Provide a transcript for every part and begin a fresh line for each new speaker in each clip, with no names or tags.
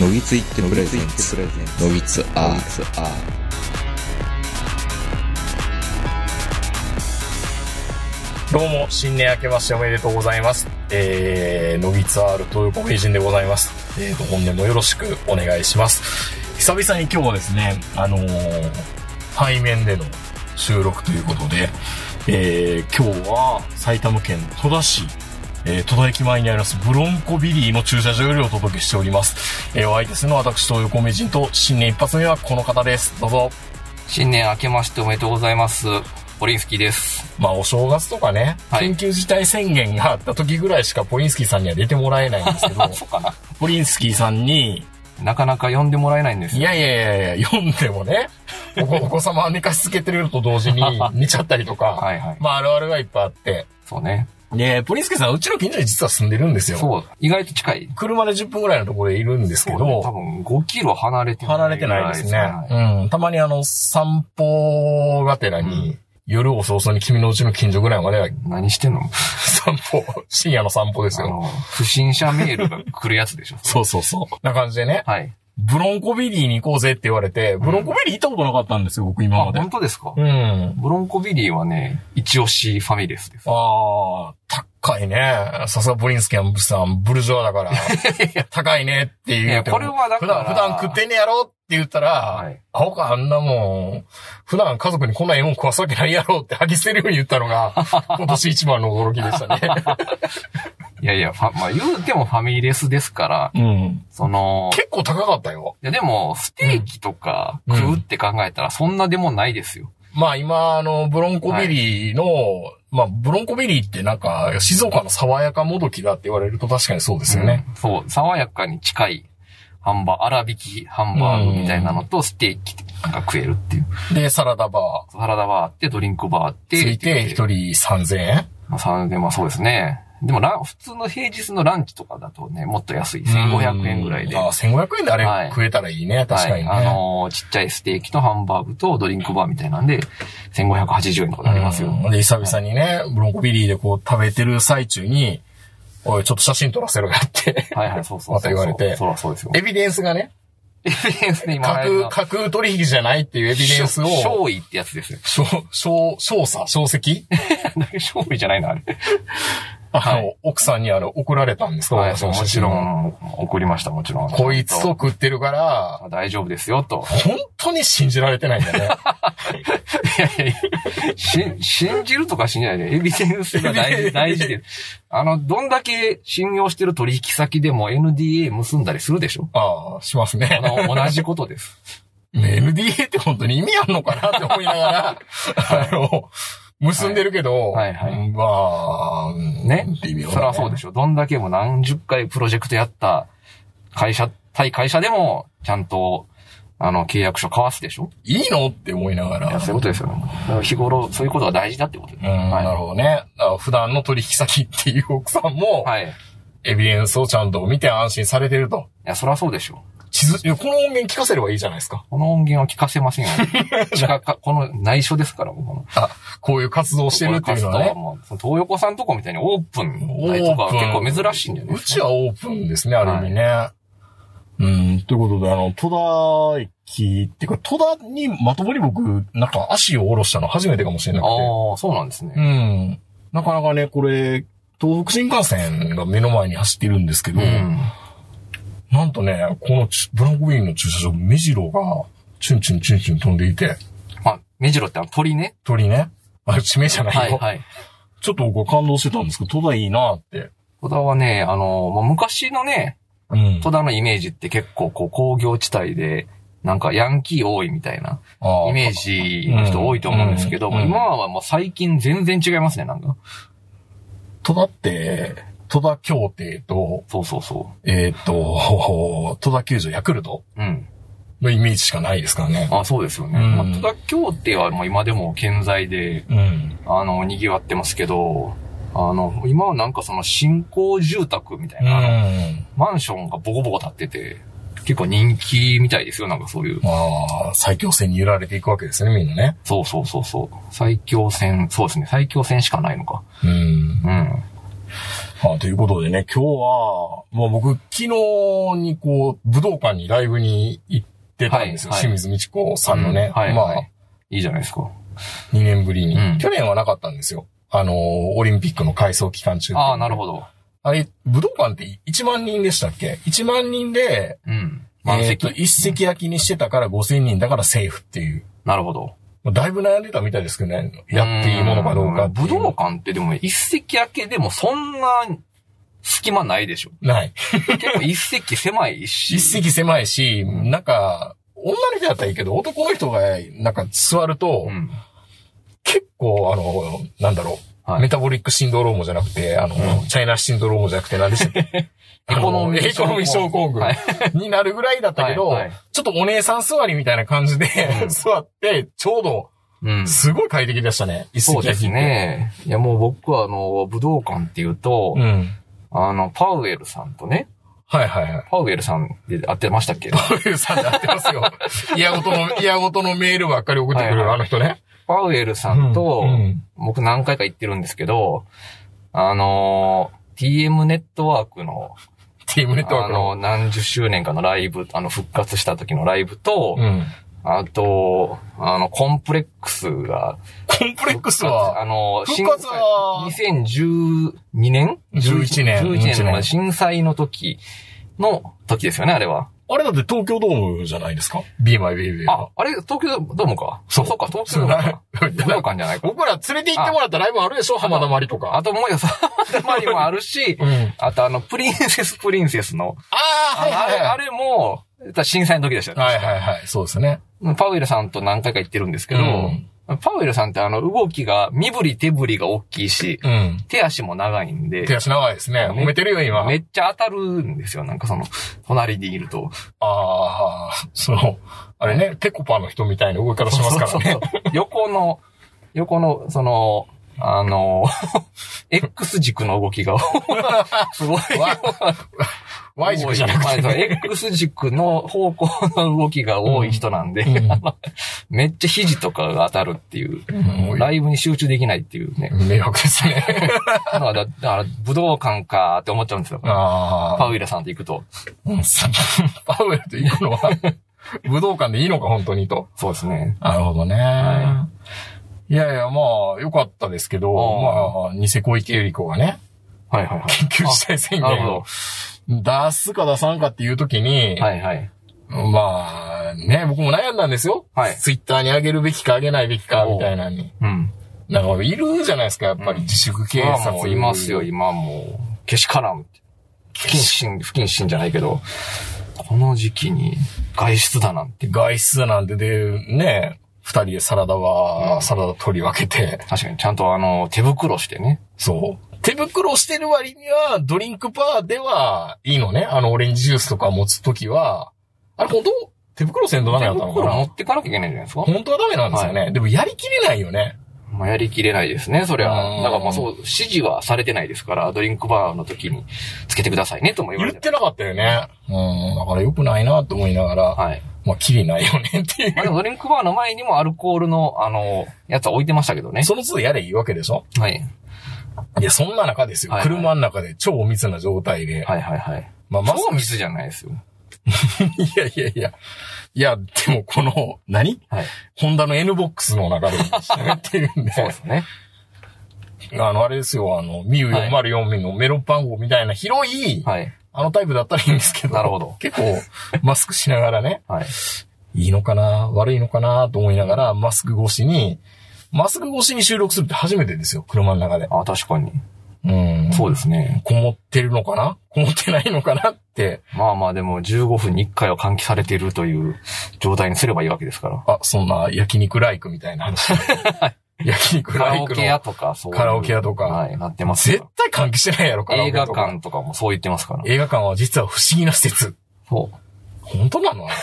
のぎついってプレゼンツのぎつアー
ツアー
どうも、新年明けましておめでとうございます。えー、のぎつ R というご名人でございます。えーと、本年もよろしくお願いします。久々に今日はですね、あのー対面での収録ということで、えー、今日は埼玉県戸田市、えー戸田駅前にありますブロンコビリーの駐車場よりお届けしております。えー、お相手するのは私、東横名人と新年一発目はこの方です。どうぞ。
新年明けましておめでとうございます。オリンスキーです。
まあ、お正月とかね、
はい
緊急事態宣言があった時ぐらいしかポリンスキーさんには出てもらえないんですけ ど、
そうかな。
ポリンスキーさんに、
なかなか呼んでもらえないんです
い
よ。
やいやいやいや、読んでもね、お 子お子様は寝かしつけてると同時に寝ちゃったりとか、
はいはい
まあ、あるあるがいっぱいあって。
そうね。
で、ポリンスキーさん、うちの近所に実は住んでるんですよ。
そう。意外と近い。
車で10分ぐらいのところでいるんですけ
そうね多
ど、
分5キロ離れてない。
離れてないですね。
はい
うん。たまにあの、散歩がてらに、夜遅々に君のうちの近所ぐらいまでは
何してんの
散歩、深夜の散歩です
あ
よ。
の、不審者メールが来るやつ でしょ。
そうそうそう。な感じでね、
はい。
ブロンコビリーに行こうぜって言われて、ブロンコビリー行ったことなかったんですよ、僕
あ、
今まで。
本当ですか
うん。
ブロンコビリーはね、一押しファミレスです。
ああ、高いね。さすがブリンスキンさん、ブルジョアだから。高いねって言うても
いやこれはだから
普段、普段食ってんねやろって言ったら、
はい
アホか、あんなもん、普段家族にこんなええもん食わすわけないやろって吐き捨てるように言ったの が、今年一番の驚きでしたね。
いやいや、ファまあ言うてもファミレスですから、
うん。
その、
結構高かったよ。
いやでも、ステーキとか
うん
食うって考えたらそんなでもないですよ。
まあ今、あの、ブロンコビリーの、まあ、ブロンコビリーってなんか、静岡の爽やかもどきだって言われると確かにそうですよね。
うんそう、爽やかに近いハンバー粗挽きハンバーグみたいなのとステーキが食えるっていう。
で、サラダバー
サラダバーあって、ドリンクバーあって。
ついて、
って
一人3000円
まあ、3で、まあそうですね。でもラン、普通の平日のランチとかだとね、もっと安い。1500円ぐらいで。
うんあ
は
あ、1500円であ
は
れ
い
食えたらいいね、確かに
い。
ね。
あのーちっちゃいステーキとハンバーグとドリンクバーみたいなんで、1580円とかなりますよ。
うんで、久々にね、ブロンコビリーでこう食べてる最中に、おい、ちょっと写真撮らせろや って。
はいはい、そうそ
ま
うそうそう。
た言われて
そうそう ですよ。
エビデンスがね、
エビデンスで今
架
流行り
空、
の
架空取引じゃないっていうエビデンスを、
勝意ってやつですよ。
小、小、小査、小石
勝利じゃないのあれ。
あの、
は
奥さんにあの、怒られたんですか
はい、そうもちろ。
その写真を
ん、送りました、もちろん。
こいつと食ってるから、
大丈夫ですよ、と。
本当に信じられてないんだね。
いやいやし信じるとか信じないで、エビデンスが大 事、大事で。あの、どんだけ信用してる取引先でも NDA 結んだりするでしょ
ああ、しますね
あ。 の、同じことです。
ね NDA って本当に意味あんのかなって思いながら、 あの、結んでるけど、
はいはいはい
まあ、
ね。
微妙だ、ね。
それはそうでしょ。どんだけも何十回プロジェクトやった会社、対会社でも、ちゃんと、あの、契約書交わすでしょ
いいのって思いなが
いや
ら。
そういうことですよね。だから日頃、そういうことが大事だってことです。
うん、なる
は
ほどね。だから普段の取引先っていう奥さんも
い。、はい。い
エビデンスをちゃんと見て安心されてると。
や、そりゃそうでしょ。
地図、いやこの音源聞かせればいいじゃないですか。
この音源は聞かせません よ。近かこの内緒ですから、僕の。
あ、こういう活動をしてるっていうのは
活動
ね。
もその東横さんとこみたいにオープンの台とかは結構珍しいんじゃないうです
ち
か。
はオープンですね、ある意味ね。うん、ということで、あの、戸田駅っていうか、戸田にまともに僕、なんか足を下ろしたの初めてかもしれなくて。
ああ、そうなんです
う
ね。
ん。なかなかね、これ、東北新幹線が目の前に走ってるんですけど、
うん。
なんとね、このちブランコビリーの駐車場、目白が、チュンチュンチュンチュン飛んでいて、
まあ、目白ってあの鳥ね。
鳥ね。あ、地名じゃないよ。
はいはい。
ちょっと僕は感動してたんですけど、戸田いいなって。
戸田はね、あの、まあ、昔のね、
うん。
戸田のイメージって結構こう工業地帯で、なんかヤンキー多いみたいな
あー
イメージの人多いと思うんですけど、
うんうん
今はもう最近全然違いますね、なんか。
戸田って、戸田協定と、
そうそうそ
えっ、と、 戸田球場ヤクルト
う。うん。
のイメージしかないですからね。
あそうですよね。
うん
まあ戸田協定はもう今でも健在で、
うん。
あの、賑わってますけど、あの、今はなんかその新興住宅みたいな、あの
ん。
マンションがボコボコ建ってて、結構人気みたいですよ、なんかそういう。
まあ、最強戦に揺られていくわけですね、みんなね。
そうそうそうそう。最強戦、そうですね、最強戦しかないのか。
うん。
うん。
はあ、ということでね、今日は、もう僕、昨日にこう、武道館にライブに行ってたんですよ。
はいはい
清水美智子さんのね。
はい、
まあ、
はい。いいじゃないですか。
2年ぶりに、
うん
去年はなかったんですよ。あのー、オリンピックの改装期間中。
ああ、なるほど。
あれ、武道館って1万人でしたっけ ?1 万人で、
うん。満席。
えーと、1席空きにしてたから5000人だからセーフっていう。
なるほど。
もうだいぶ悩んでたみたいですけどね。やっていいものかどうか
ん
ってい
武
う
道館ってでも一席だけでもそんな隙間ないでしょ。
ない。
結構一席狭いし。
一席狭いし、なんか、女の人だったらいいけど、男の人が、なんか座ると、
うん。
結構、あの、なんだろう、
はい
メタボリックシンドロームじゃなくて、あの、チャイナシンドロームじゃなくて、何でしたっけ エ
コノミー
エコノミー症候群
はい
になるぐらいだったけど、
はいはい
ちょっとお姉さん座りみたいな感じで、
うん
座って、ちょうど、
うん。
すごい快適でしたね。一
そ
席
うで
だけ
す。ね。いやもう僕はあの、武道館っていうと、
うん。
あの、パウエルさんとね、
はいはいはい。
パウエルさんで会ってましたっけ
パウエルさんでやってます よ。イヤごとの、イヤごとのメールばっかり送ってくれる、
はいはい
あの人ね。
パウエルさんと、
うんうん
僕何回か行ってるんですけど、あの、TM ネットワークの、
チームネットワー
あ
クの。
の、何十周年かのライブ、あの、復活した時のライブと、
うん。
あと、あの、コンプレックスが、
コンプレックス
あ
は、
の、
復活は
震2012年
11年
11年
11
の
年
震災の時の時ですよね、あれは。
あれだって東京ドームじゃないですか ?Be My Baby
あ、あれ、東京ドームか。
そう
か、東京ドームか。
そう
武道館じゃないか。
僕ら連れて行ってもらったライブあるでしょ浜田まりと
あ
か。
ともうよ、さ、 まりもあるし
う、ん。
あとあの、プリンセスプリンセスの、
ああ、
あ
はい
のあ
は
れ、
い
あ
はい。
れも、震災の時でしたよ。
はいはいはい。そうですね。
パウエルさんと何回か行ってるんですけど、パウエルさんってあの動きが身振り手振りが大きいし、
うん。
手足も長いんで、
手足長いですね。
め
揉めてるよ、今。
め
あ
っちゃ当たるんですよ。なんかその、隣にいると。
あー、その、あれね、ペコパの人みたいな動き方しますからね。
そうそうそう横の、横の、その、あの、X 軸の動きが、すごい。
Y 軸じゃなくて
はいそう
ね。
X 軸の方向の動きが多い人なんで、
うん
めっちゃ肘とかが当たるっていう、
もう
ライブに集中できないっていうね。
迷惑ですね。
だから、だから武道館かって思っちゃうんですよ。パ
ああ。
ウエルさんと行くと。
パウエルと行くのは、武道館でいいのか、本当にと。
そうですね。
なるほどね。、
はい
やいや、まあ、良かったですけど、ま
あ
あ、ニセコ池百合子がね、
はいはいは い。
緊急事態宣
なる
言
ほ
を出すか出さんかっていう時に、
ど。はいはい。
まあ、ね、僕も悩んだんですよ。
はい
ツイッターに上げるべきか上げないべきか、
おう
みたいなのに。
うん。
なんか、いるじゃないですか、やっぱり自粛警
今
察。
もういますよ、。今もう。けしからんって。不謹慎、不謹慎じゃないけど、この時期に外出だなんて。
外出なんてで、ね、二人でサラダは、サラダ取り分けて、
確かに、ちゃんとあの、手袋してね。
そう。手袋してる割には、ドリンクバーではいいのね。あの、オレンジジュースとか持つときは、あれ本当手袋せんとダメ
手
だったのか
袋持
な
ってかなきゃいけないんじゃないですか
本当はダメなんですよね。でもやりきれないよね。
まあ、やりきれないですね、そりゃ。
うん
だからまあそう、指示はされてないですから、ドリンクバーの時につけてくださいね、とも言わ
言
れ。
っててなかったよね。うん。だから良くないなと思いながら、
はい。
まあ、きりないよねっていう
まあ、。でもドリンクバーの前にもアルコールの、あの、やつは置いてましたけどね。
その都度やれいいわけでしょ
はい。
いや、そんな中ですよ。
はいはい
車の中で超密な状態で。
はいはいはい。
まあ、ま
超ミスじゃないですよ。
いやいやいや。いや、でもこの、何
はい。
ホンダの N ボックスの中で喋ってるんで。
そうですね。
あの、あれですよ、あの、ミュー404のメロンパン号みたいな広い、
はい。
あのタイプだったらいいんですけど。
なるほど
結構、マスクしながらね、
はい。
いいのかな悪いのかなと思いながら、マスク越しに、マスク越しに収録するって初めてですよ、車の中で。
あ、確かに。
うん。
そうですね。
こもってるのかなこもってないのかなって。
まあまあでも15分に1回は換気されているという状態にすればいいわけですから。
あ、そんな焼肉ライクみたいな 話。焼肉
カ
ライ
ラ
クの。
オケ屋とかそういう
カラオケ屋とか
はい、なってます
絶
か
対換気してないやろ、カ
ら。
ラオ
映
ケ
画
とか。
館とかもそう言ってますから。
映画館は実は不思議な施設。
そう。
本当なのあれ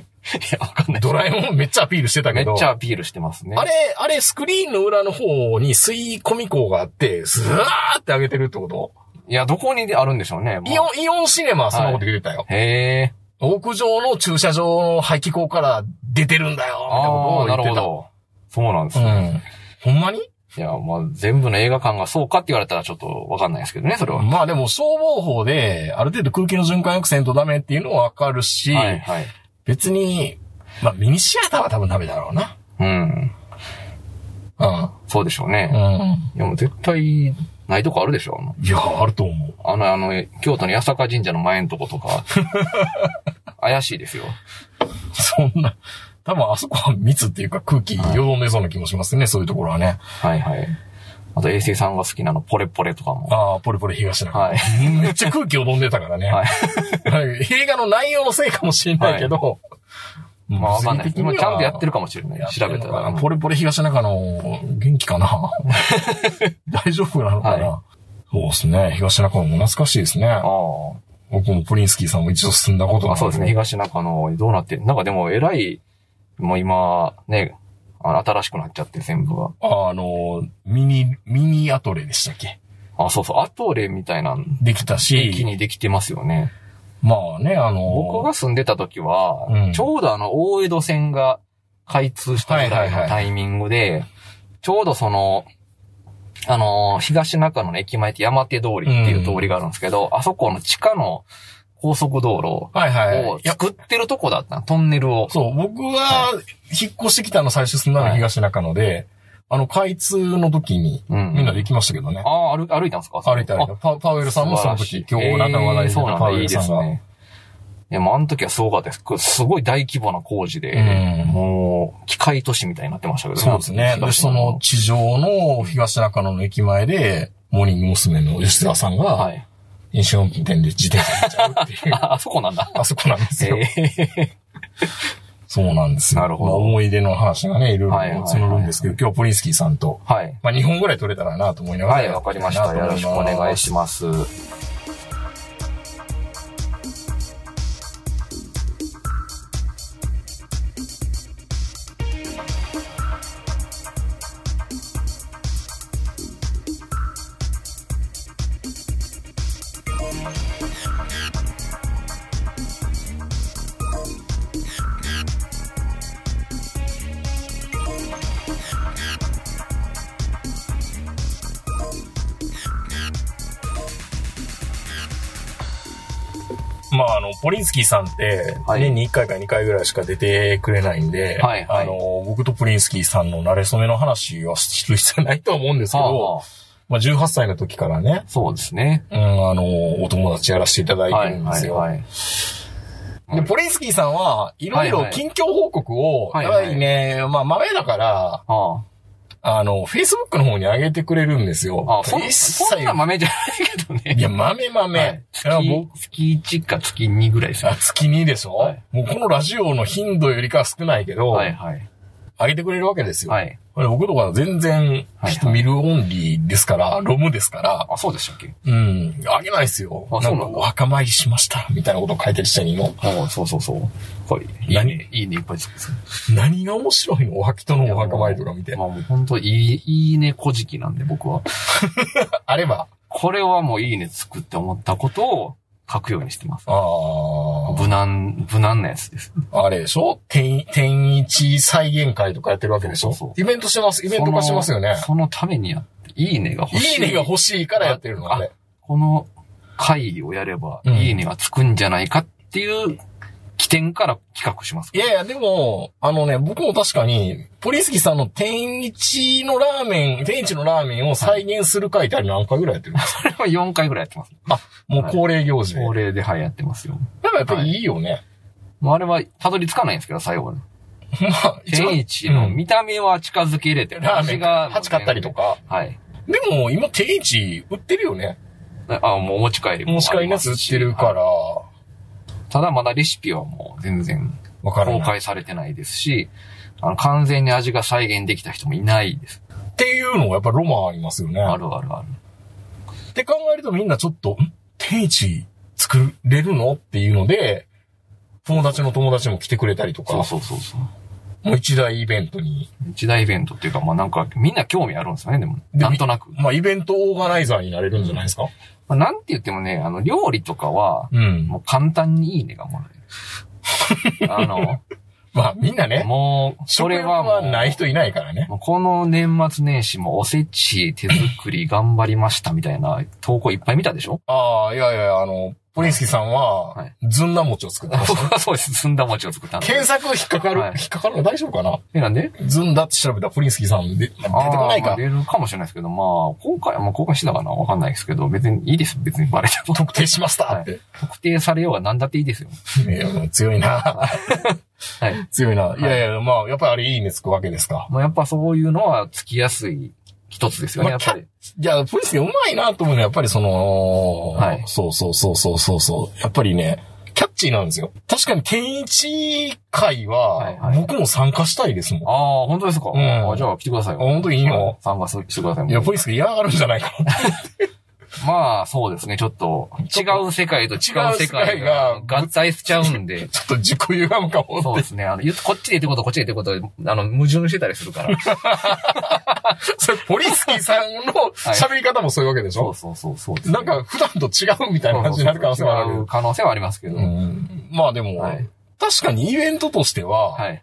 いや、わかんない。
ドラえもんめっちゃアピールしてた
め
け
っ
ど。
ちゃアピールしてますね。
あれ、あれ、スクリーンの裏の方に吸い込み口があって、スワーって上げてるってこと
いや、どこにあるんでしょうね。まあ
イオン、イオンシネマはそんなこと言ってたよ。
へえ。
屋上の駐車場の排気口から出てるんだよ、みたいなこと
あ
を
あ、
言っ
なる
て
ほ
た。
ど。そうなんですね。
うん。ほんまに
いや、まあ、全部の映画館がそうかって言われたらちょっとわかんないですけどね、それは。
まあでも消防法で、ある程度空気の循環よくせんとダメっていうのはわかるし、
はい、はい。
別に、まあミニシアターは多分ダメだろうな。
うん。
う。
そうでしょうんね。
うん。
いや、もう絶対、ないとこあるでしょ。
いや、あると思う。
あの、あの、京都の八坂神社の前んとこと か、怪しいですよ。
そんな、多分あそこは密っていうか空気よどんでそうな気もしますね、そういうところはね。
はいはい。あと、衛星さんが好きなの、ポレポレとかも。
ああ、ポリポリ東中。
はい。
めっちゃ空気よどんでたからね。
はい。
はい 映画の内容のせいかもしれないけど、
まあ、わか んないです。
物
今
理的には
ちゃんとやってるかもしれない。調べたら。
ポレポレ東中の元気か な大丈夫なのかな、
は
そうですね。東中も懐かしいですね。
あ
僕もポリンスキーさんも一度進んだこと
あ。
が
あそうですね。。東中の、どうなって、なんかでも、偉い、もう今、ね、あの、新しくなっちゃって、全部が。
あの、ミニ、ミニアトレでしたっけ
あ、そうそう。アトレみたいな、
できた
一気
し、
にできてますよね。
まあね、あの、
僕が住んでた時は、
うん
ちょうどあの、大江戸線が開通したぐらい
はいはいは
の
い
タイミングで、ちょうどその、あのー、東中野の駅前って山手通りっていう通りがあるんですけど、あそこの地下の高速道路
はいはい。
を
いや
作ってるとこだったのトンネルを。
そう、僕は、引っ越してきたの最初住んだの
はい
東中野で、あの、開通の時に、
うん
みんなで行きましたけどね。
ああ、歩歩いたんですか
歩いたり
あ
パ、パウエルさんもその時、今日なんか話題に
そう
な
な
った
ん
パ
だ、
ウエ
い
ル
いで
さん
す
が。
ね。でもあの時はすごかったです。これすごい大規模な工事で、
うん
もう、機械都市みたいになってましたけど
そうですね。で、その、地上の東中野の駅前で、モーニング娘。の吉沢さん
は
が、
い。
飲酒運転で自転車に行っちゃうっていう
、あ、あそこなんだ。
あそこなんですよ。
え
そうなんですよ。
なるほど
まあ思い出の話がね、いろいろ
はいはいはい
募るんですけど、今日ポリンスキーさんと、
ーはい。
まあ2本ぐらい取れたらなと思いながら。
はい、わかりました。よろしくお願いします。
まあ、あの、ポリンスキーさんって、
はい
年に1回か2回ぐらいしか出てくれないんで、
はいはい
あの、僕とポリンスキーさんの慣れ初めの話はする必要はないとは思うんですけ
は
ど、
あはあ
まあ、18歳の時からね、
そうですね。
うん、あの、お友達やらせていただい
は
てる
い、
んで
は
す
い、
よ。
はい。
で、ポリンスキーさんはいろい
はい
ろ
はい
近況報告を、
はい
や
はい
はりね、まあ、豆だから、
あ
あの、Facebook の方に上げてくれるんですよ。
あ、あそん
一切
そんな豆じゃないけどね。
いや、豆豆。
はいい、
や
月
僕
月1か月2ぐらいですね。
あ月にでしょ、
はい
もうこのラジオの頻度よりかは少 ないけど、
はい、はい。
上げてくれるわけですよ。
はい。
これ僕とかは全然、
はい
人見るオンリーですから、ロムですから、
あ、そうでしたっけ
うん、あげないですよ。
あそうなんだ
かお墓参りしました、みたいなことを書いてる人にも、
ああそうそうそう。これ、いいね、いいねいっぱいつけて
何が面白いのお墓とのお墓参りとか見て
ま。あもう本当いい、いいね小じきなんで僕は。
あれば、
これはもういいねつくって思ったことを書くようにしてます。
あー
無難、無難なやつです。
あれでしょ天天一再現会とかやってるわけでしょ
そうそう
イベントしてます、イベント化してますよね
その。そのためにやって、いいねが欲しい。
いいねが欲しいからやってるの、あれ。
この会をやれば、
うん
いいねがつくんじゃないかっていう起点から企画します
い。やいや、でも、あのね、僕も確かに、ポリスキーさんの天一のラーメン、天一のラーメンを再現する回ってあれ何回ぐらいやってる んですか
これは4回ぐらいやってます。
もう恒例行事で。
恒例で、はい、やってますよ。
でもやっぱりいいよね。
もうあれは、たどり着かないんですけど、最後に。
まあ、一
天
番
一の
うん
見た目は近づけれてる、
ラーメンが
味
8買ったりと。か。
はい。
でも、今天一売ってるよね。
あ、もうお持ち帰りもあり
もしかい
ま
なつ
す
売っ
して
るか
はい
ら、わ
ただまだレシピはもう全然
からな
公
い。
開されてないですし、あの、完全に味が再現できた人もいないです。
っていうのがやっぱロマンありますよね。
あるあるある。
って考えるとみんなちょっと、ん天一作れるのっていうので、友達の友達も来てくれたりとか、
そうそうそうそう。
もう一大イベントに。
一大イベントっていうか、まあなんか、みんな興味あるんですよね、でも。
で
なんとなく。ま
まあ、イベントオーガナイザーになれるんじゃないですか
あ、なんて言ってもね、あの、料理とかは、
うん。
もう簡単にいいねがもらえる。あの、
まあみんなね、
もう、そ
食
れ
欲
はも
は
う、
ない人いないからね。
もうこの年末年始もおせち手作り頑張りましたみたいな投稿いっぱい見たでしょ
ああ、いやいや、あの、ポリンスキーさん
は、
はいずんだ餅を作ってまし
僕
た。
はそうです。 ずんだ餅を作ったん
検
で。
索引っかかる
はい、
引っかかるの大丈夫かな
え、なんで
ずんだって調べたらポリンスキーさんで、まあ出てこない
あーまあ
か
出。るかもしれないですけど、まあ、今回はもう公開してたかなわかんないですけど、別にいいです。別にバレて も。
特定しましたって。
特定されようが何だっていいですよ。
いや、もう強い な。
はい。
強いな。いやいや、まあ、やっぱりあれいいねつくわけですか。
もうやっぱそういうのはつきやすい一つですよ
ま
ね、や
あ
っぱり。
いや、ポリスキーうまいなと思うのは、やっぱりその、
はい
そうそうそうそうそうそう。やっぱりね、キャッチーなんですよ。確かに、天一会
はい
は
は、い
僕も参加したいですもん。
ああ、本当ですか、
うん
あじゃあ来てくださいよ。
本当にいいの
参加してください。
いや、ポリスキー嫌がるんじゃないかな。
まあ、そうですね。ちょっと、違う世界と違う世界
違う世界が
が合体しちゃう ん で。
ちょっと自己歪むかもって。
そうですね。あの、言うこっちで言ってこと、こっちで言ってこと、あの、矛盾してたりするから。
それ、ポリスキーさんの喋り方もそういうわけでし
そ
ょ、
うそうそう、そうですね
なん、か、普段と違うみたいな感じになる可能性もある
違
わ
う可能性はありますけ
け
ど。
ど。うんまあでも、
はい。
確かにイベントとしては、
はい。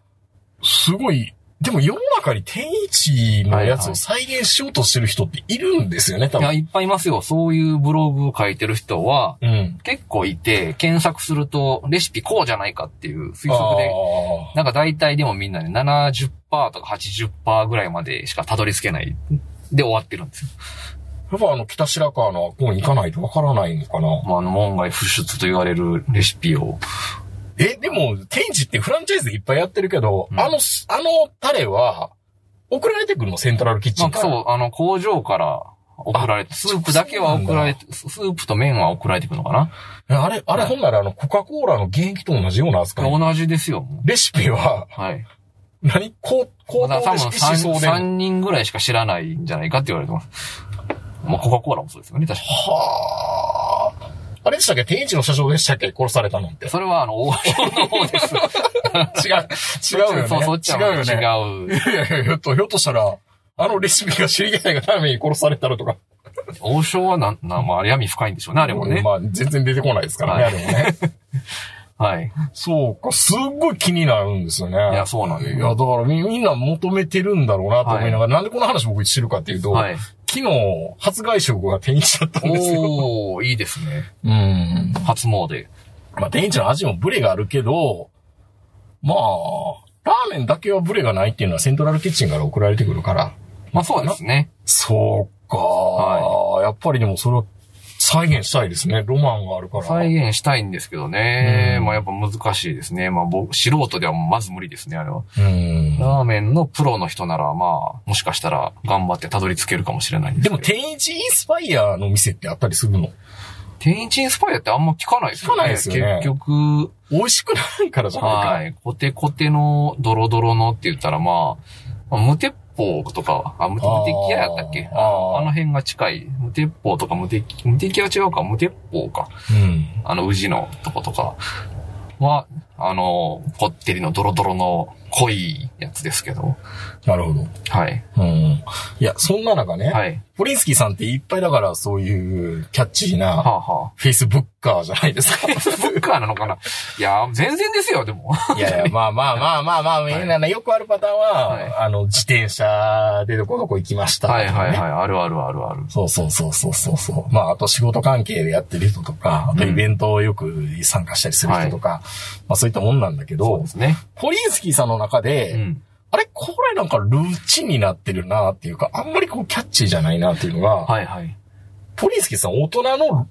すごい、でも世の中に天一のや
はい
つ
は
を
い
再現しようとしてる人っているんですよね、多
いや、
分。
いっぱいいますよ。そういうブログを書いてる人は、
うん。
結構いて、検索すると、レシピこうじゃないかっていう推測で、
あ
なんか大体でもみんなね、70%とか80%ぐらいまでしかたどり着けない。で終わってるんですよ。
ーやっぱあの、北白川の方に行かないとわからないのかな。
まあ、あの、門外不出と言われるレシピを。
え、でも、天一ってフランチャイズでいっぱいやってるけど、
うん
あの、あのタレは、送られてくるの、セントラルキッチ
ま
ン
あ、
から。
そう、あの、工場から送られて、スープだけは送られて、ススープと麺は送られてくるのかな
あれ、あれ、
はい
ほんならあの、コカ・コーラの原液と同じような扱い。
同じですよ。もう
レシピは、
はい。
何高、高
まだ
等
多
レシ
分
ピしそうで。
3
は
人ぐらいしか知らないんじゃないかって言われてます。まあ、コカ・コーラもそうですよね、確か
あ。あれでしたっけ天一の社長でしたっけ殺されたのって
に。。それは、あの、王将の方です。
違う。違うよね。
そう、そっちは
違うよね。
違う。
いやいやいや、ひょっと、ひょっとしたら、あのレシピが知り得ないがために殺されたのとか。
王将はなん、なん、まあ、闇深いんでしょうね、あれもね。
まあ、全然出てこないですからね、
は
あれも ね。
はい。
そうか、すっごい気になるんですよね。い
やそうなんです
いや、だからみみんな求めてるんだろうなと思いながら、なんでこの話僕してるかっていうと、
はい。
昨日、初外食が天一だったんですよ。
おー、いいですね。
うん。
初詣。
まあ、天一の味もブレがあるけど、まあ、ラーメンだけはブレがないっていうのはセントラルキッチンから送られてくるから。
まあ、そうですね。
そうか、
は
やっぱりでもそれは再現したいですね。ロマンがあるから。
再現したいんですけどね。
うん
まあ、やっぱ難しいですね。まあ、僕、素人ではまず無理ですね、あれは。
うん。
ラーメンのプロの人なら、まあ、もしかしたら頑張ってたどり着けるかもしれないんです
で
け
も
ど。
天一インスパイアの店ってあったりするの
天一インスパイアってあんま聞かないですよね。
聞かないですよね
結局、
美味しくないからじゃないか。
はい。コテコテの、ドロドロのって言ったら、まあ、まあ無鉄砲とか、あ、無鉄
あー
無鉄矢やったっけ
あー
あの辺が近い。無鉄砲とか無鉄、無鉄矢は違うか、無鉄砲か。
うん。
あの、宇治のとことかは、あの、こってりのドロドロの濃いやつですけど。
なるほど。
はい。
うん。いや、そんな中ね、
はい。
ポリンスキーさんっていっぱいだからそういうキャッチー
は
な
あ、は
フェイスブッカーじゃないです か。
あ。ブッカーな のかないや、全然ですよ、でも。
いやいや、まあまあまあまあまあ、みんなね、よくあるパターンは、
はい
あの、自転車でどこどこ行きました、
はいはいはい。
い。
あるあるあるある。
そうそうそうそうそうそう。まあ、あと仕事関係でやってる人とか、あと
うん
イベントをよく参加したりする人とか、まあそういったもんなんだけ
そう
ど
で、すね。
ポリンスキーさんの中で、
うん。
あれ、これなんかルーチンになってるなっていうか、あんまりこうキャッチーじゃないなっていうのが、
はいはい。
ポリンスキーさん大人の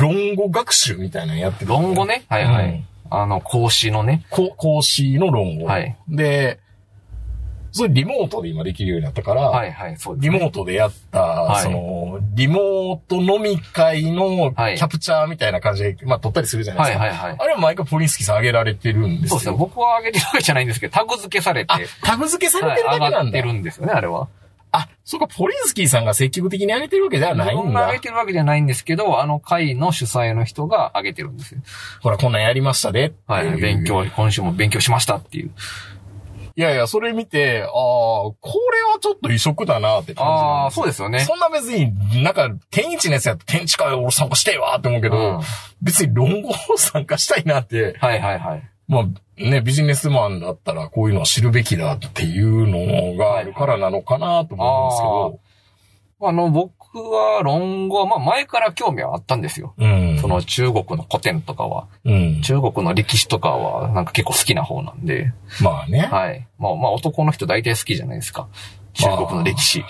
論語学習みたいなのやってる。
論語ね。はいは
う
い
ん。
あの、孔子のね。
こ講師の論語。
はい
で、それリモートで今できるようになったから、
はいはい、そうです
リ
ね。
モートでやった、
い
その、リモート飲み会のキ
はい
ャプチャーみたいな感じで、まあ撮ったりするじゃない
は
で
い
すか。
はいはい。
あれは毎回ポリンスキーさん上げられてるんです
そう
よ。
ですね。僕は上げてるわけじゃないんですけど、タグ付けされて、
あ
はい、
タグ付けされてるだ
上
けな
が
ん
って
だ。
るんですよね、あれは。
あ、そうか、ポリンスキーさんが積極的に上げてるわけではない
自
ん
分が上
だ
げ。てるわけじゃないんですけど、あの会の主催の人が上げてるんですよ。
ほら、こんなんやりましたでっていう。
はい。勉強、今週も勉強しましたっていう。
いやいや、それ見て、ああ、これはちょっと異色だなって感じなんですよ。
ああ、そうですよね。
そんな別に、なんか、天一のやつやって天一会俺参加してえわって思うけど、
うん
別に論語を参加したいなって、
はいはいはい。
まあね、ビジネスマンだったらこういうのは知るべきだっていうのがあるからなのかなと思
あの、僕は論語は、まあ前から興味はあったんですよ。
うんですけど。うん。
その中国の古典とかは、
うん。
中国の歴史とかはなんか結構好きな方なんで、
まあね。
はい。まあまあ男の人大体好きじゃないですか。中国の歴史。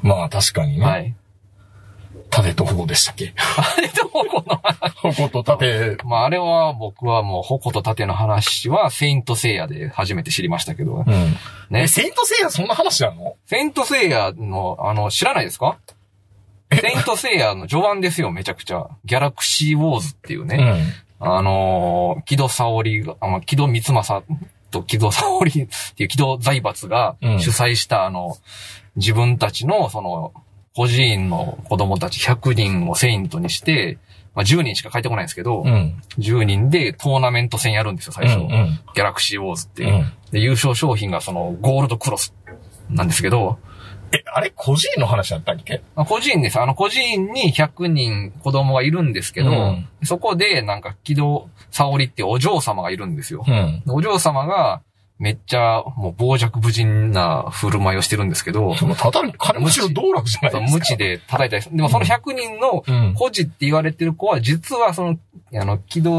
まあ確かにね。
はい。
縦と矛でしたっ け
あれどうこの
矛と縦。
まああれは僕はもう矛と盾の話はセイントセイヤで初めて知りましたけど、
うん。
ね
え、。セイントセイヤそんな話なの
セイントセイヤの、あの、知らないですかセイントセイヤの序盤ですよ、めちゃくちゃ。ギャラクシーウォーズっていうね。あのー、木戸沙織が、あの、木戸光政と木戸沙織っていう木戸財閥が
うん
主催した、あの、自分たちの、その、孤児院の子供たち100人をセイントにして、まあ、10人しか帰ってこないんですけど、
うん。うん。
10人でトーナメント戦やるんですよ、最初。
うんうん
ギャラクシーウォーズっていう、
うん
で、優勝商品がその、ゴールドクロスなんですけど、
え、あれ、個人の話だったっけ
まあ個人です。あの、個人に100人子供がいるんですけど、
うん
そこで、なんか、木戸沙織ってお嬢様がいるんですよ。
うん。
お嬢様が、めっちゃ、もう、傍若無人な振る舞いをしてるんですけど、
その、ただの金持ちの道楽じゃない
そ
で
の
すか。
無知で叩いたりする。でも、その100人の
うん。
孤児って言われてる子は、実は、その、あの、木戸、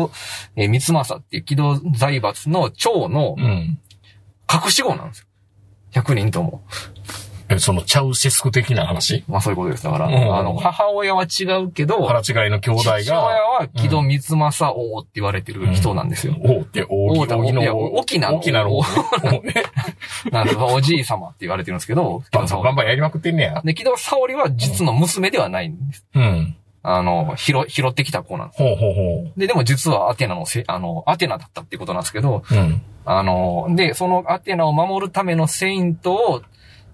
えー、三政っていう木戸財閥の長の
うん。
隠し子なんですよ。100人とも。
え、その、チャウシェスク的な話
まあ、そういうことです。だから、
うん
あの、母親は違うけど、
腹違いの兄弟
父親
が、
は木戸光政王って言われてる人なんですよ。
王って、王
王だ
王
いや沖縄の
沖 縄の王ね。王ね。
なんかおじい様って言われてるんです けど、木
バ
戸
ン
沙
バンバ
織
ン。バンやりまくってんねや。
で、木戸沙織は実の娘ではないんです。
うん。
あの、拾、拾ってきた子なんです。
ほうほうほ
で、でも実はアテナのせ、あの、アテナだったっていうことなんですけど、
う。うん。
あの、で、そのアテナを守るためのセイントを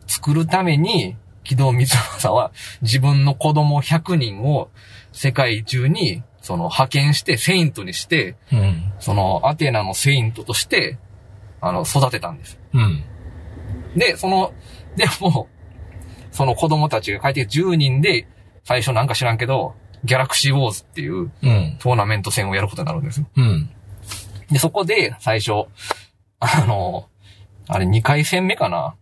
作るために、木戸光政は自分の子供100人を世界中に、その派遣して、セイントにして、
うん。
そのアテナのセイントとして、あの、育てたんです。
うん。
で、その、でも、その子供たちが帰ってきて10人で、最初なんか知らんけど、ギャラクシーウォーズっていう
うん。
トーナメント戦をやることになるんですよ。
うん。
で、そこで最初、あの、あれ2回戦目かな。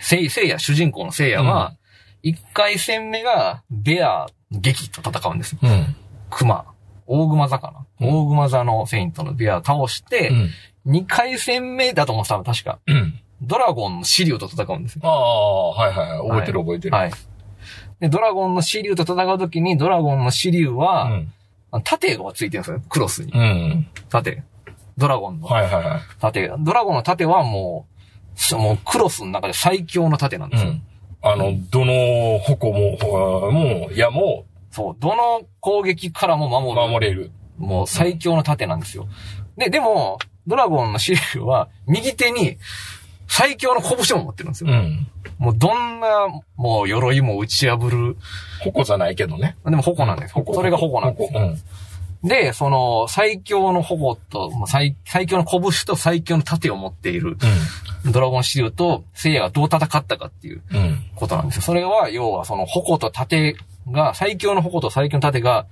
せい、せいや、主人公のせいやは、1回戦目がベア、劇と戦うんですよ。
うん。
熊。大熊座かな。
うん
大熊座のセイントのベアを倒して、
うん。
2回戦目だと思ってたの確か。
うん。
ドラゴンのシリュウと戦うんですよ
ああ、はいはいはい。覚えてる覚えてる。
はい。で、ドラゴンの支流と戦うときに、ドラゴンの支流
う
は、
ん。
あの盾がついてるんですよ。クロスに
う。ん。
盾。ドラゴンの
はいはいは
盾。ドラゴンの盾はもうす、もうクロスの中で最強の盾なん
い。う
ですよ。
ん。あの、どの矛も、ほもう、矢も
そう。どの攻撃からも守る。
守れる。
もう最強の盾なんですよ。で、でも、ドラゴンの支流は、右手に、最強の拳を持ってるんです
う
よ。
ん。
もうどんな、もう鎧も打ち破る。
矛じゃないけどね。
でも矛なんです。それが矛なんです。
うん。
で、その、最強の矛と、もう最最強の拳と最強の盾を持っている、ドラゴンシリュウと、聖夜がどう戦ったかっていう
うん。うん。
ことなんですよ。それは、要はその矛と盾が、最強の矛と最強の盾が、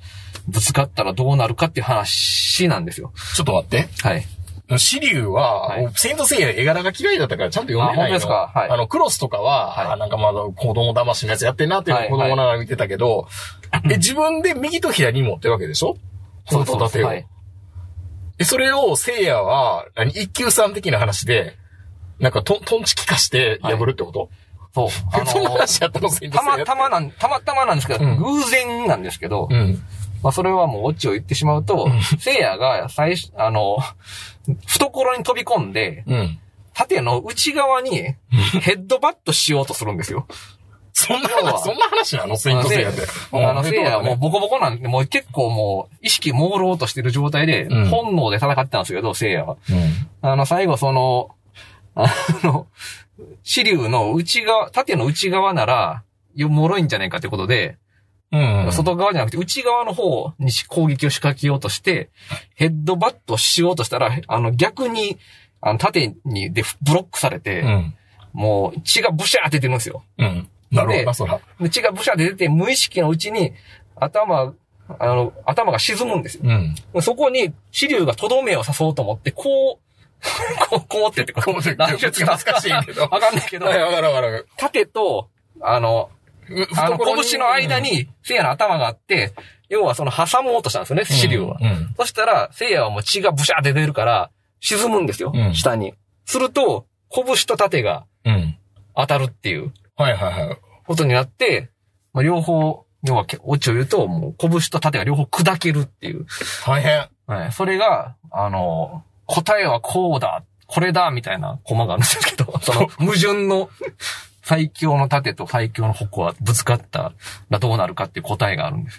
ぶつかったらどうなるかっていう話なんですよ。
ちょっと待って。
はい。
シリュウは、
はい
セイントセイヤ絵柄が嫌いだったからちゃんと読めないの。
あ本当ですかはい
あの、クロスとかは、
はい
あなんかまだ子供騙しのやつやってんなっていうのを子供ながら見てたけど、え、自分で右と左に持ってるわけでしょ
そう
そ
そうう
だ
そ
って
う。
よ
はい。
え、それをセイヤは、何、一級さん的な話で、なんかトン、トンチキ化して破るってこと、
そう。あ
そんな
の
話やったのセイント
た
セイヤって。
またまなん、たまたまなんですけど、
うん
偶然なんですけど、
うん。
まあそれはもうオチを言ってしまうと、聖夜が最初、あの、懐に飛び込んで、
うん。
縦の内側にヘッドバットしようとするんですよ。
そんな
要は
話、そんな話なのセイントセイヤって。
あの、せいやはもう
う
ボコボコなんで、もう結構もう意識朦朧としてる状態で
うん、
本能で戦ってたんですけど、せいやは。
ん。
あの、最後その、あの、支流の内側、縦の内側なら、よ脆いんじゃないかってことで、
うん。うん。
外側じゃなくて内側の方に攻撃を仕掛けようとして、ヘッドバットしようとしたら、あの逆に、あの縦にでブロックされて、
うん。
もう血がブシャーって出てるんですよ。
うん。なるほどな、そら。
で血がブシャーって出て、無意識のうちに頭あの、頭が沈むんですよ。
うん。
そこに、支流がとどめを刺そうと思って、こう、 こう、こうってって、こ
こうっ
う
て
何十つか
懐かしいけ ど
わかんないけど、
わかるわかる。
縦と、あの、あの、
懐に
拳の間、に、聖夜の頭があって、要はその挟もうとしたんですよね、支流は。
うん。
そしたら、聖夜はもう血がブシャーって出るから、沈むんですよ、
うん
下に。すると、拳と盾が
うん。
当たるっていう
はいはいはい。
ことになって、まあ、両方、要は、オチを言うと、もう、拳と盾が両方砕けるっていう。
大変。
はい。それが、あの、答えはこうだ、これだ、みたいなコマがあるんですけど、その、矛盾の、最強の盾と最強の矛はぶつかったらどうなるかっていう答えがあるんです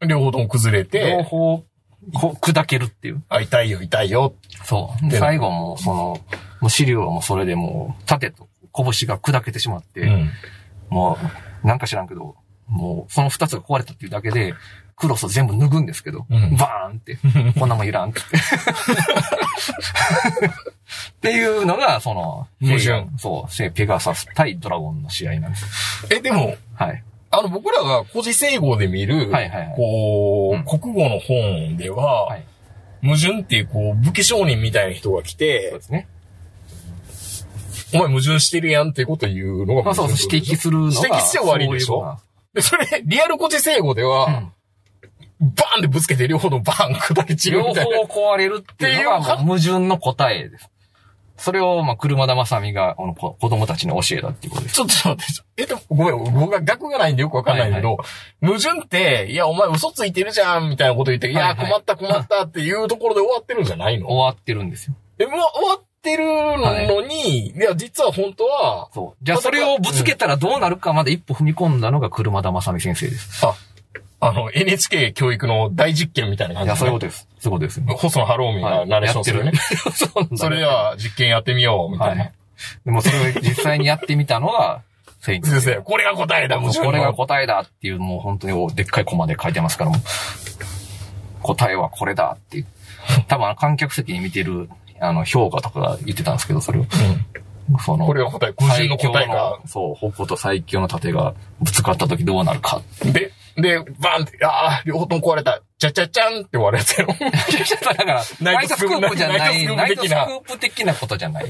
よ。
両方とも崩れ
両
て、
方、こ砕けるっていう。
あ、痛いよ、痛いよ。
そう。で、
で
最後も、その、もう資料はもうそれでもう、盾と拳が砕けてしまって、
うん。
もう、なんか知らんけど、もう、その二つが壊れたっていうだけで、クロスを全部脱ぐんですけど、
うん
バーンって、こんなもんいらんって。っていうのが、その、
矛盾
聖夜そう、聖ペガサス対ドラゴンの試合なんです。
え、でも、
はい。
あの、僕らが古事成語で見る、
はいはいはい
こ
うん
う、国語の本では、
はい
矛盾っていう、こう、武器商人みたいな人が来
そう
て
で、すね。
お前矛盾してるやんっていうことを言うのが、
まあそうそう、指摘するのが。
指摘して終わりでしょ
そういうのが
で、それ、リアル古事成語では、バーンでぶつけて両方のバーン下り散る
両
みたいな。
方壊れるっていうのが
っていう
もう矛盾の答えです。それを、まあ、車田正美が、この子子供たちに教えたっていうことです。
ちょっと待って、え、でも、ごめん、僕が額がないんでよくわかんないけど、矛盾って、いや、お前嘘ついてるじゃん、みたいなこと言って、い
は
や、
いはい
困った困ったっていうところで終わってるんじゃないの
終わってるんですよ。
え、もう終わってるのに、い、や、実は本当は、
そう。じゃあ、それをぶつけたらどうなるかまで一歩踏み込んだのが車田正美先生です。
あ、あの、NHK 教育の大実験みたいな感
い
じ
や、そういうこ
で。
とです。そういうことです。
細野晴臣がナレーションするね。
やってる そうなんだ
それでは実験やってみよう、みたいな。
はいでも、それを実際にやってみたのが、セイン
先生、これが答えだ、矛盾の
これが答えだっていう、もう本当にでっかいコマで書いてますから、もう答えはこれだっていう。多分あの観客席に見てる、あの、評価とかが言ってたんですけど、それを。その
これが答え、矛盾の
最強
答えが。
そう、矛と最強の盾がぶつかった時どうなるか。
で、で、バンって、ああ、両方とも壊れた。ちゃちゃちゃんって割れてる。
だから、ナ
ナ
イ
イト
トス
ス
ク
ク
ー
ー
プ
プ
じゃない、ナ
ナ
イ
イ
ト
ト
ス
ス
ク
ク
ープ的なことじゃない。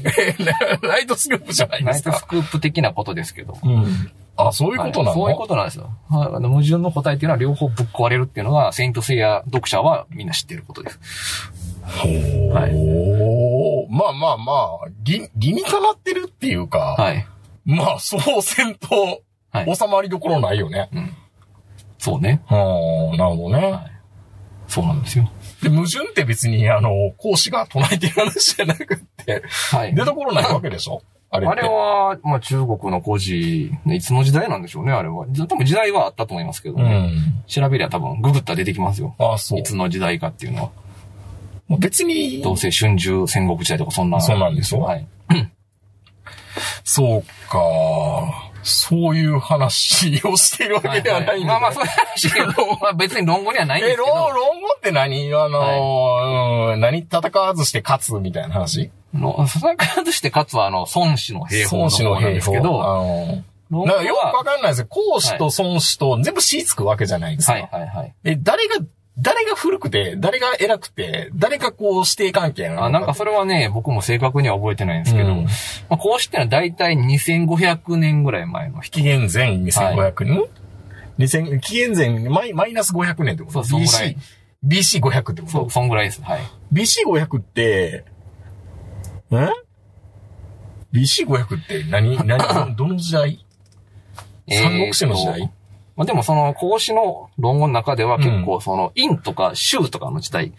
ライトスクープじゃないで
ナイ
す
トス
か。
クープ的なことですけど。
うん。あ、そういうことなの、
はいそういうことなんですよ。はいあの矛盾の答えっていうのは両方ぶっ壊れるっていうのが、セイントセイヤ読者はみんな知ってることです。
ほ
はい
ーまあまあまあ、理、理にかなってるっていうか、
はい。
まあ、そう戦闘、
はい
収まりどころないよね。
そうね。
ああ、なるほどね、
そうなんですよ。
で、矛盾って別に、あの、講師が唱えてる話じゃなくって、
はい。
出どころないわけでしょあれっ
あ
て。
れは、まあ中国の古事、いつの時代なんでしょうね、あれは。多分時代はあったと思いますけど、
うん。
調べりゃ多分ググったら出てきますよ。
ああ、そう
い。つの時代かっていうのは。
まあ別に、
どうせ春秋戦国時代とかそんな。
そうなんですよ
はい。
そうか、そういう話をしているわけではないんだ、
まあまあそういう話けど、まあ別に論語にはないん
え、
ですけ
論、
ど、
論語って何あの、うん、何戦わずして勝つみたいな話
の戦わずして勝つはあの、孫子の兵法の
孫
方
子
なん
兵
です
法
けど、
あの
論
なん
語
かよくわ
は、
かんないですよ。孔子と孫子と全部死つくわけじゃないですか。
はいはいはい。
え、誰が、誰が古くて、誰が偉くて、誰がこう指定関係なの
あ、なんかそれはね、僕も正確には覚えてないんですけ
う
ど、
ん
まあ、孔子ってのは大体2500年ぐらい前の人。
紀元前2500年、2000紀元前マイマイナス500年ってこと
そうそんぐらい
?BC、BC500 ってこ
そ
と
う、そんぐらいです。はい。
?BC500 って、ん ?BC500 って 何、何、どの時代三国志の時代
えーとまあ、でもその、孔子の論語の中では結構その、陰とか州とかの時代。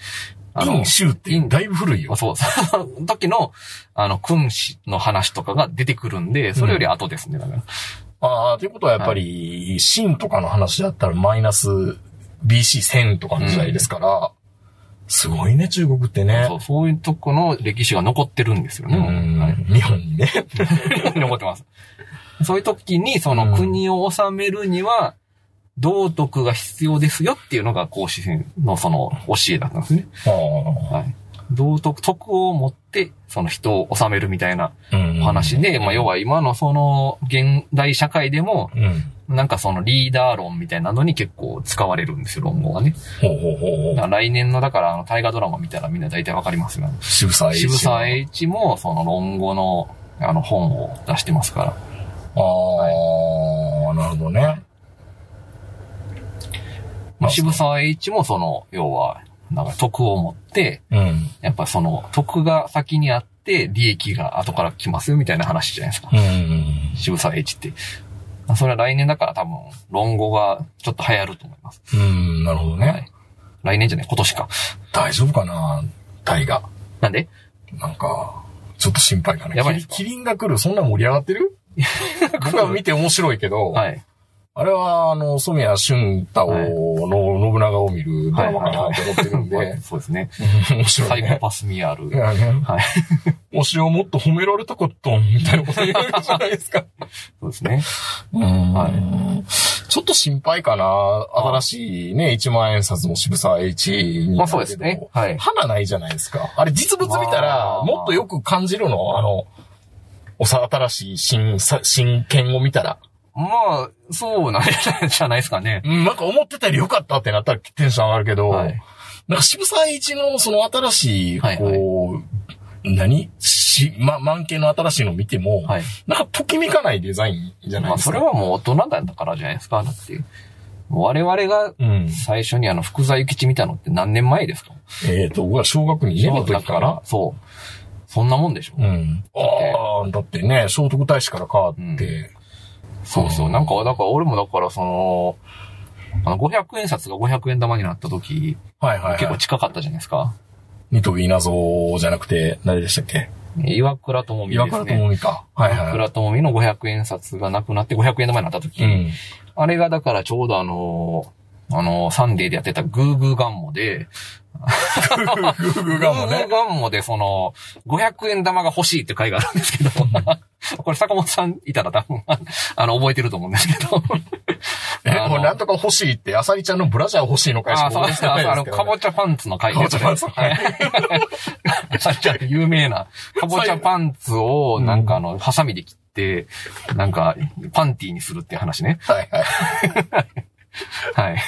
あの
陰州って
陰
だいぶ古いよ
まあ。そう、 その時の、あの、君子の話とかが出てくるんで、それより後ですね、だから。
ああ、ということはやっぱり、秦とかの話だったらマイナス BC1000 とかの時代ですから、すごいね、中国ってね。
そう、そういうとこの歴史が残ってるんですよね。
うん
はい
日本にね。
残ってます。そういう時に、そうの
ん
国を治めるには、道徳が必要ですよっていうのが孔子のその教えだったんですね。
は
はい。道徳、徳を持って、その人を治めるみたいな
あうん
お話で、まあ要は今のその現代社会でも、
うん。
なんかそのリーダー論みたいなのに結構使われるんですよ、論語がね。
ほうほうほう
だ
ほ
か
う。
ら来年の、だから、あの、大河ドラマ見たらみんな大体わかりますよ、ね。
渋沢栄一。
渋沢栄一も、その論語の、あの、本を出してますから。
ああ、なるほどね。
まあ、渋沢栄一も、その、要は、なんか徳を持って、
うん。
やっぱその、徳が先にあって、利益が後から来ますよ、みたいな話じゃないですか。
うん。
渋沢栄一って。まあそれは来年だから多分、論語がちょっと流行ると思います。
うん、なるほど
は
ね。
い。来年じゃない、今年か。
大丈夫かな大河。
なんで
なんか、ちょっと心配かな。
やばい
キリキリンが来る、そんな盛り上がって る僕は見て面白いけど、
はい。
あれは、あの、染谷俊太郎の信長を見るドラマかなと思ってるん
まあ
で、
そうですね。
面白
サ
い
イコ
ね。
パスミアー
い
ル。
やね、
はい。
推しをもっと褒められたかった、みたいなこと言えるじゃないですか。
そうですね。
はい。ちょっと心配かな。新しいね、1万円札も渋沢栄一に。
まあそうですね。。はい。
花ないじゃないですか。あれ実物見たら
ま、あ
もっとよく感じるのあの、おさ、新しい新、さ新剣を見たら。
まあ、そうなんじゃないですかね。
うん、なんか思ってたより良かったってなったらテンション上がるけど、
はい。
なんか渋沢栄一のその新しい、こう、
はいはい
何し、ま、満景の新しいの見ても、
はい。
なんかときめかないデザインじゃない
まあ、
です
そ
か。
れはもう大人だからじゃないですか。だって、我々が
うん。
最初にあの、福沢諭吉見たのって何年前ですか
えっ、と、僕は小学2年の時かな。
そう。そんなもんでしょ。
うん。ああ、だってね、聖徳太子から変わって、
そうそう。なんか、だから俺もだからその、あの、500円札が500円玉になった時、
はいはい、
結
は
構
い。
近かったじゃないですか。
ニトビ稲造じゃなくて、誰でしたっけ
岩倉智美です
岩
ね。
倉智美か。はい
岩
は
倉智美の500円札がなくなって500円玉になった時、
い。うん。
あれがだからちょうどあのーあのーサンデーでやってたグーグーガンモで、
グーグー
グ
ガ
ー
ンも
グー
ね。
ガンモでその、500円玉が欲しいって回があるんですけ ど、これ坂本さんいたら多分、あの、覚えてると思うんですけど。
え、
あの
これなんとか欲しいって、アサリちゃんのブラジャー欲しいのか
ああ、そう
で
ですすね。あの、かぼ
ち
ちゃパンツの回
かぼちゃパンツの回
はい。有名な。かぼちゃパンツを、なんかあの、ハサミで切って、なんか、パンティーにするっていう話ね。
ゃ。はいはい。
はい。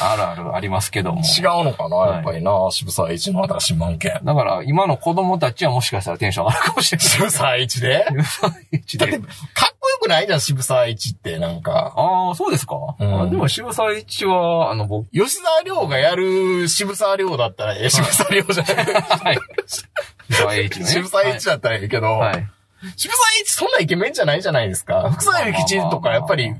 あるあるありますけども。
違うのかな、やっぱりな、渋沢栄一の新しい満件。
だから、今の子供たちはもしかしたらテンション上がるかもしれない。
渋沢栄一でだって、かっこよくないじゃん、渋沢栄一って、なんか。
ああ、そうですか、
うん
あでも、渋沢栄一は、あの、僕、
吉沢亮がやる渋沢亮だったら、え、渋沢亮じゃない。
はい。 渋沢栄一ね。
渋沢栄一だったらいいけど、
はい。はい。
渋沢栄一そんなイケメンじゃないじゃないですか。福沢諭吉とかやっぱり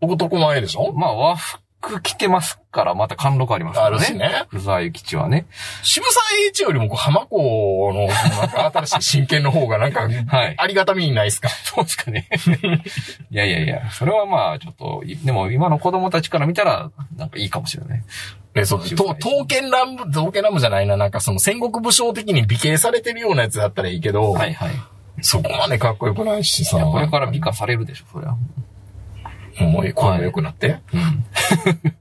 男前でしょ
まあ、和服着てますから、また貫禄ありますか
あ
ら
るし
ね。
ね。
福沢諭吉はね。
渋沢栄一よりもこう浜子のなんか新しい真剣の方がなんか
はい。
ありがたみにないですか。
そうですかね。いやいやいや、それはまあ、ちょっと、いでも今の子供たちから見たら、なんかいいかもしれない。
え、そう、
渋沢
刀
栄一
刀剣乱舞、刀剣乱舞じゃないな、なんかその戦国武将的に美形されてるようなやつだったらいいけど、
はいはい。い
そこまでかっこよくないしさ、
やこれから美化されるでしょ、そりゃ。
もう声も良くなって、
うん。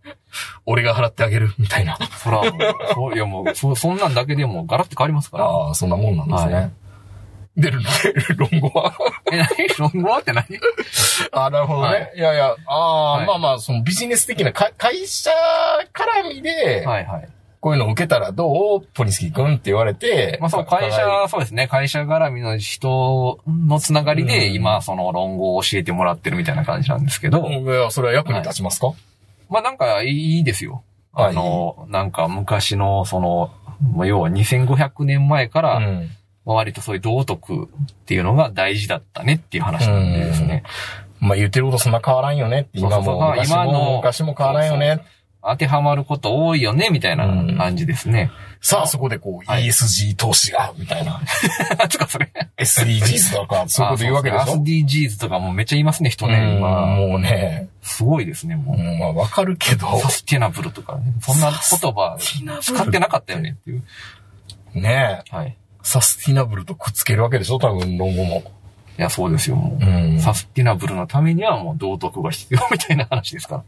俺が払ってあげる、みたいな。
そ ら、もうそう、いやもう、そ、そんなんだけでもガラッと変わりますから。
ああ、そんなもんなんですね。
はい
出る、出る、論語は。
え、何 論語はって何
あ、なるほどね。
はい
い、やいや、ああ、
はい
まあまあ、そのビジネス的なか会社絡みで、
はいはい。
こういうの受けたらどうポニスキー君って言われて。
まあそう、
は
会
い
社、そうですね、会社絡みの人のつながりで、
うん
今、その論語を教えてもらってるみたいな感じなんですけど、
いや、それは役に立ちますか、
まあなんかいいですよ。
はい
あの、なんか昔の、その、まあ要は2500年前から、
うん。
まあ割とそういう道徳っていうのが大事だったねっていう話なんでですね。
まあ言ってることそんな変わらんよねって。
そうそ
今
うそ
も昔も
う今の
昔も変わらんよね。
当てはまること多いよね、みたいな感じですね。
さあそこでこう
はい
ESG 投資が、みたいな。
つかそれ。
SDGs とか、そういうこと言うわけでし
あそ
ょ
うすね ?SDGs とかもめっちゃ言いますね、人ね。
うん
今
もうね、
すごいですね、も
う
う。
んまあわかるけど、
サステナブルとかね。そんな言葉使ってなかったよねっていう。
ね
はい。
サスティナブルとくっつけるわけでしょ多分論語も。
いや、そうですよ、もう。
うん
サスティナブルのためにはもう道徳が必要みたいな話ですから。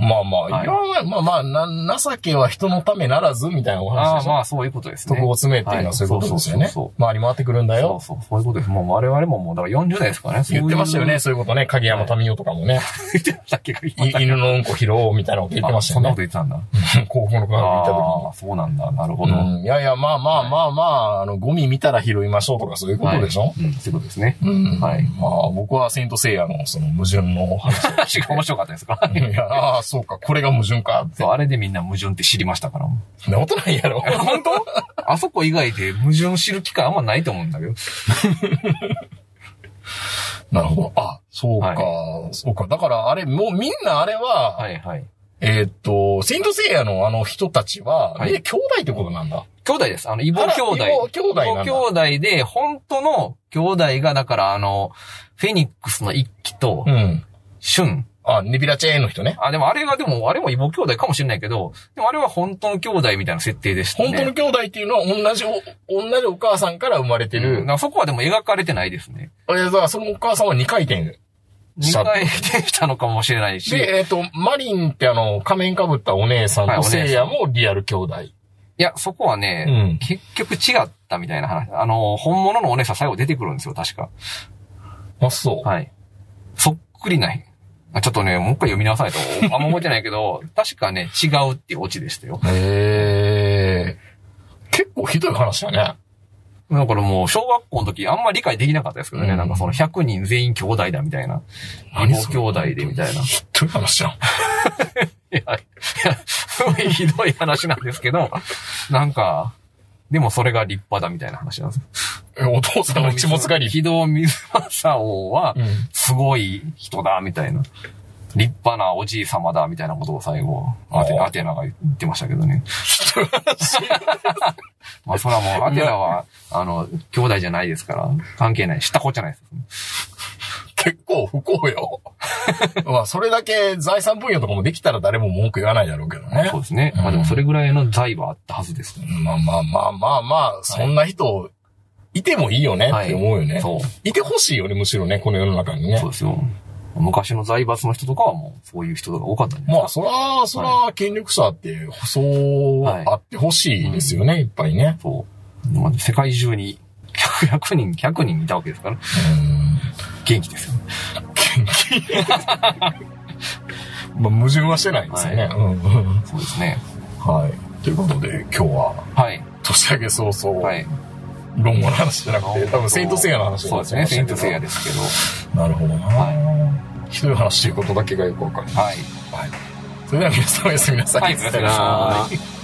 まあまあ、
はい
いや、まあまあな、情けは人のためならずみたいなお話
あ
で
あ、
しょ。
まあ、そういうことですね。
徳を詰めっていうのはそういうことですよね
はいそうそうそう。
周り回ってくるんだ
そう
よ。
そう、そういうことです。もう我々ももう、だから40代ですからね。そういう
言ってましたよね、。そういうことね。影山民夫とかもね、
言ってましたっけ言
い犬のうんこ拾おうみたいなこと言ってましたよ
そんなこ
ね
と。言ってたんだ。
高校の科学行った時に。
ああ、そうなんだ。なるほど。
うん、いやいや、まあまあまあまあ、あの、ゴミ見たら拾いましょうとかそういうこ
はい
とでしょ、
うん、そういうことですね。
うん。
はい
まあ、僕はセイントセイヤのその矛盾のお話を
話が面白かったですから。
いや、ああ、そうか、これが矛盾かって。
そう、あれでみんな矛盾って知りましたから。
そんなことないやろ。
本当あそこ以外で矛盾知る機会あんまないと思うんだけど。
なるほど。あ、そうか、
は
そうか。だから、あれ、もうみんなあれは、
はいはい。
えーっと、セイントセイヤのあの人たちは、
は
み
い
んな兄弟ってことなんだ。
兄弟です。あの、異母兄弟。
あら異母兄弟なんだ
異母兄弟で、本当の兄弟が、だからあの、フェニックスの一期と
う、ん。
シュン。
あ、ネビラチェーンの人ね。
あ、でもあれがでも、あれも異母兄弟かもしれないけど、でもあれは本当の兄弟みたいな設定でしたね。
本当の兄弟っていうのは同じお、同じお母さんから生まれて
うんだ
る。
からそこはでも描かれてないですね。
えーだからそのお母さんは2回転。
二回転したのかもしれないし。
で、えっ、と、マリンってあの、仮面かぶったお姉さん
はい
と
お姉さん
セイヤもリアル兄弟。
いや、そこはね、
うん
結局違ったみたいな話。あの、本物のお姉さん最後出てくるんですよ、確か。
あ、そ
はい。そっくりない。あちょっとね、もう一回読み直さ ないと、あんま覚えてないけど、確かね、違うっていうオチでしたよ。
う。へえ。結構ひどい話だね。
だからもう、小学校の時、あんま理解できなかったですけどね、
うん
なんかその100人全員兄弟だみたいな。
何
異
そ
母
れ
兄弟でみたいな。い
ひどい話じゃん。
や、いやすごいひどい話なんですけど、なんか、でもそれが立派だみたいな話なんです
え
よ。
お父さんの血もつがり。
木戸水正王は
うん、
すごい人だ、みたいな。立派なおじい様だ、みたいなことを最後、アテ
ああ
アテナが言ってましたけど ね。まあ、それはもう、アテナは、あの、兄弟じゃないですから、関係ない。下子じゃないです。
結構不幸よ。 まあ、それだけ財産分与とかもできたら誰も文句言わないだろうけどね
そう。ですね。まあでも、それぐらいの財はあったはずです。
まあまあまあまあまあ、そんな人、いてもいいよねって思うよね。
そう。
いてほしいよね、むしろね、この世の中にね
そう。ですよ。昔の財閥の人とかはもう、そういう人が多かったんじゃない
まあ、
です
そら、そら、権力者って、そう、あってほしいですよね、いっぱいね
か。。そう。まあ世界中に、100人、100人いたわけですから、元気ですよ。
うん。まあ、矛盾はしてないですよね。うん。
そうですね。
はい。ということで、今日は、
はい。
年明け早々、
はい。
論語の話じゃなくて、多分、セイントセイヤの話に
そう
な
で
っ
す
ちゃい
ね。
まし
セイ
た
ン
け
ト
ど
セイヤですけど。
なるほどな。
は
ひどい話ということだけがよくわかる。
はい。
それでは皆さんおやすみなさい。
はい、おやすみなさい。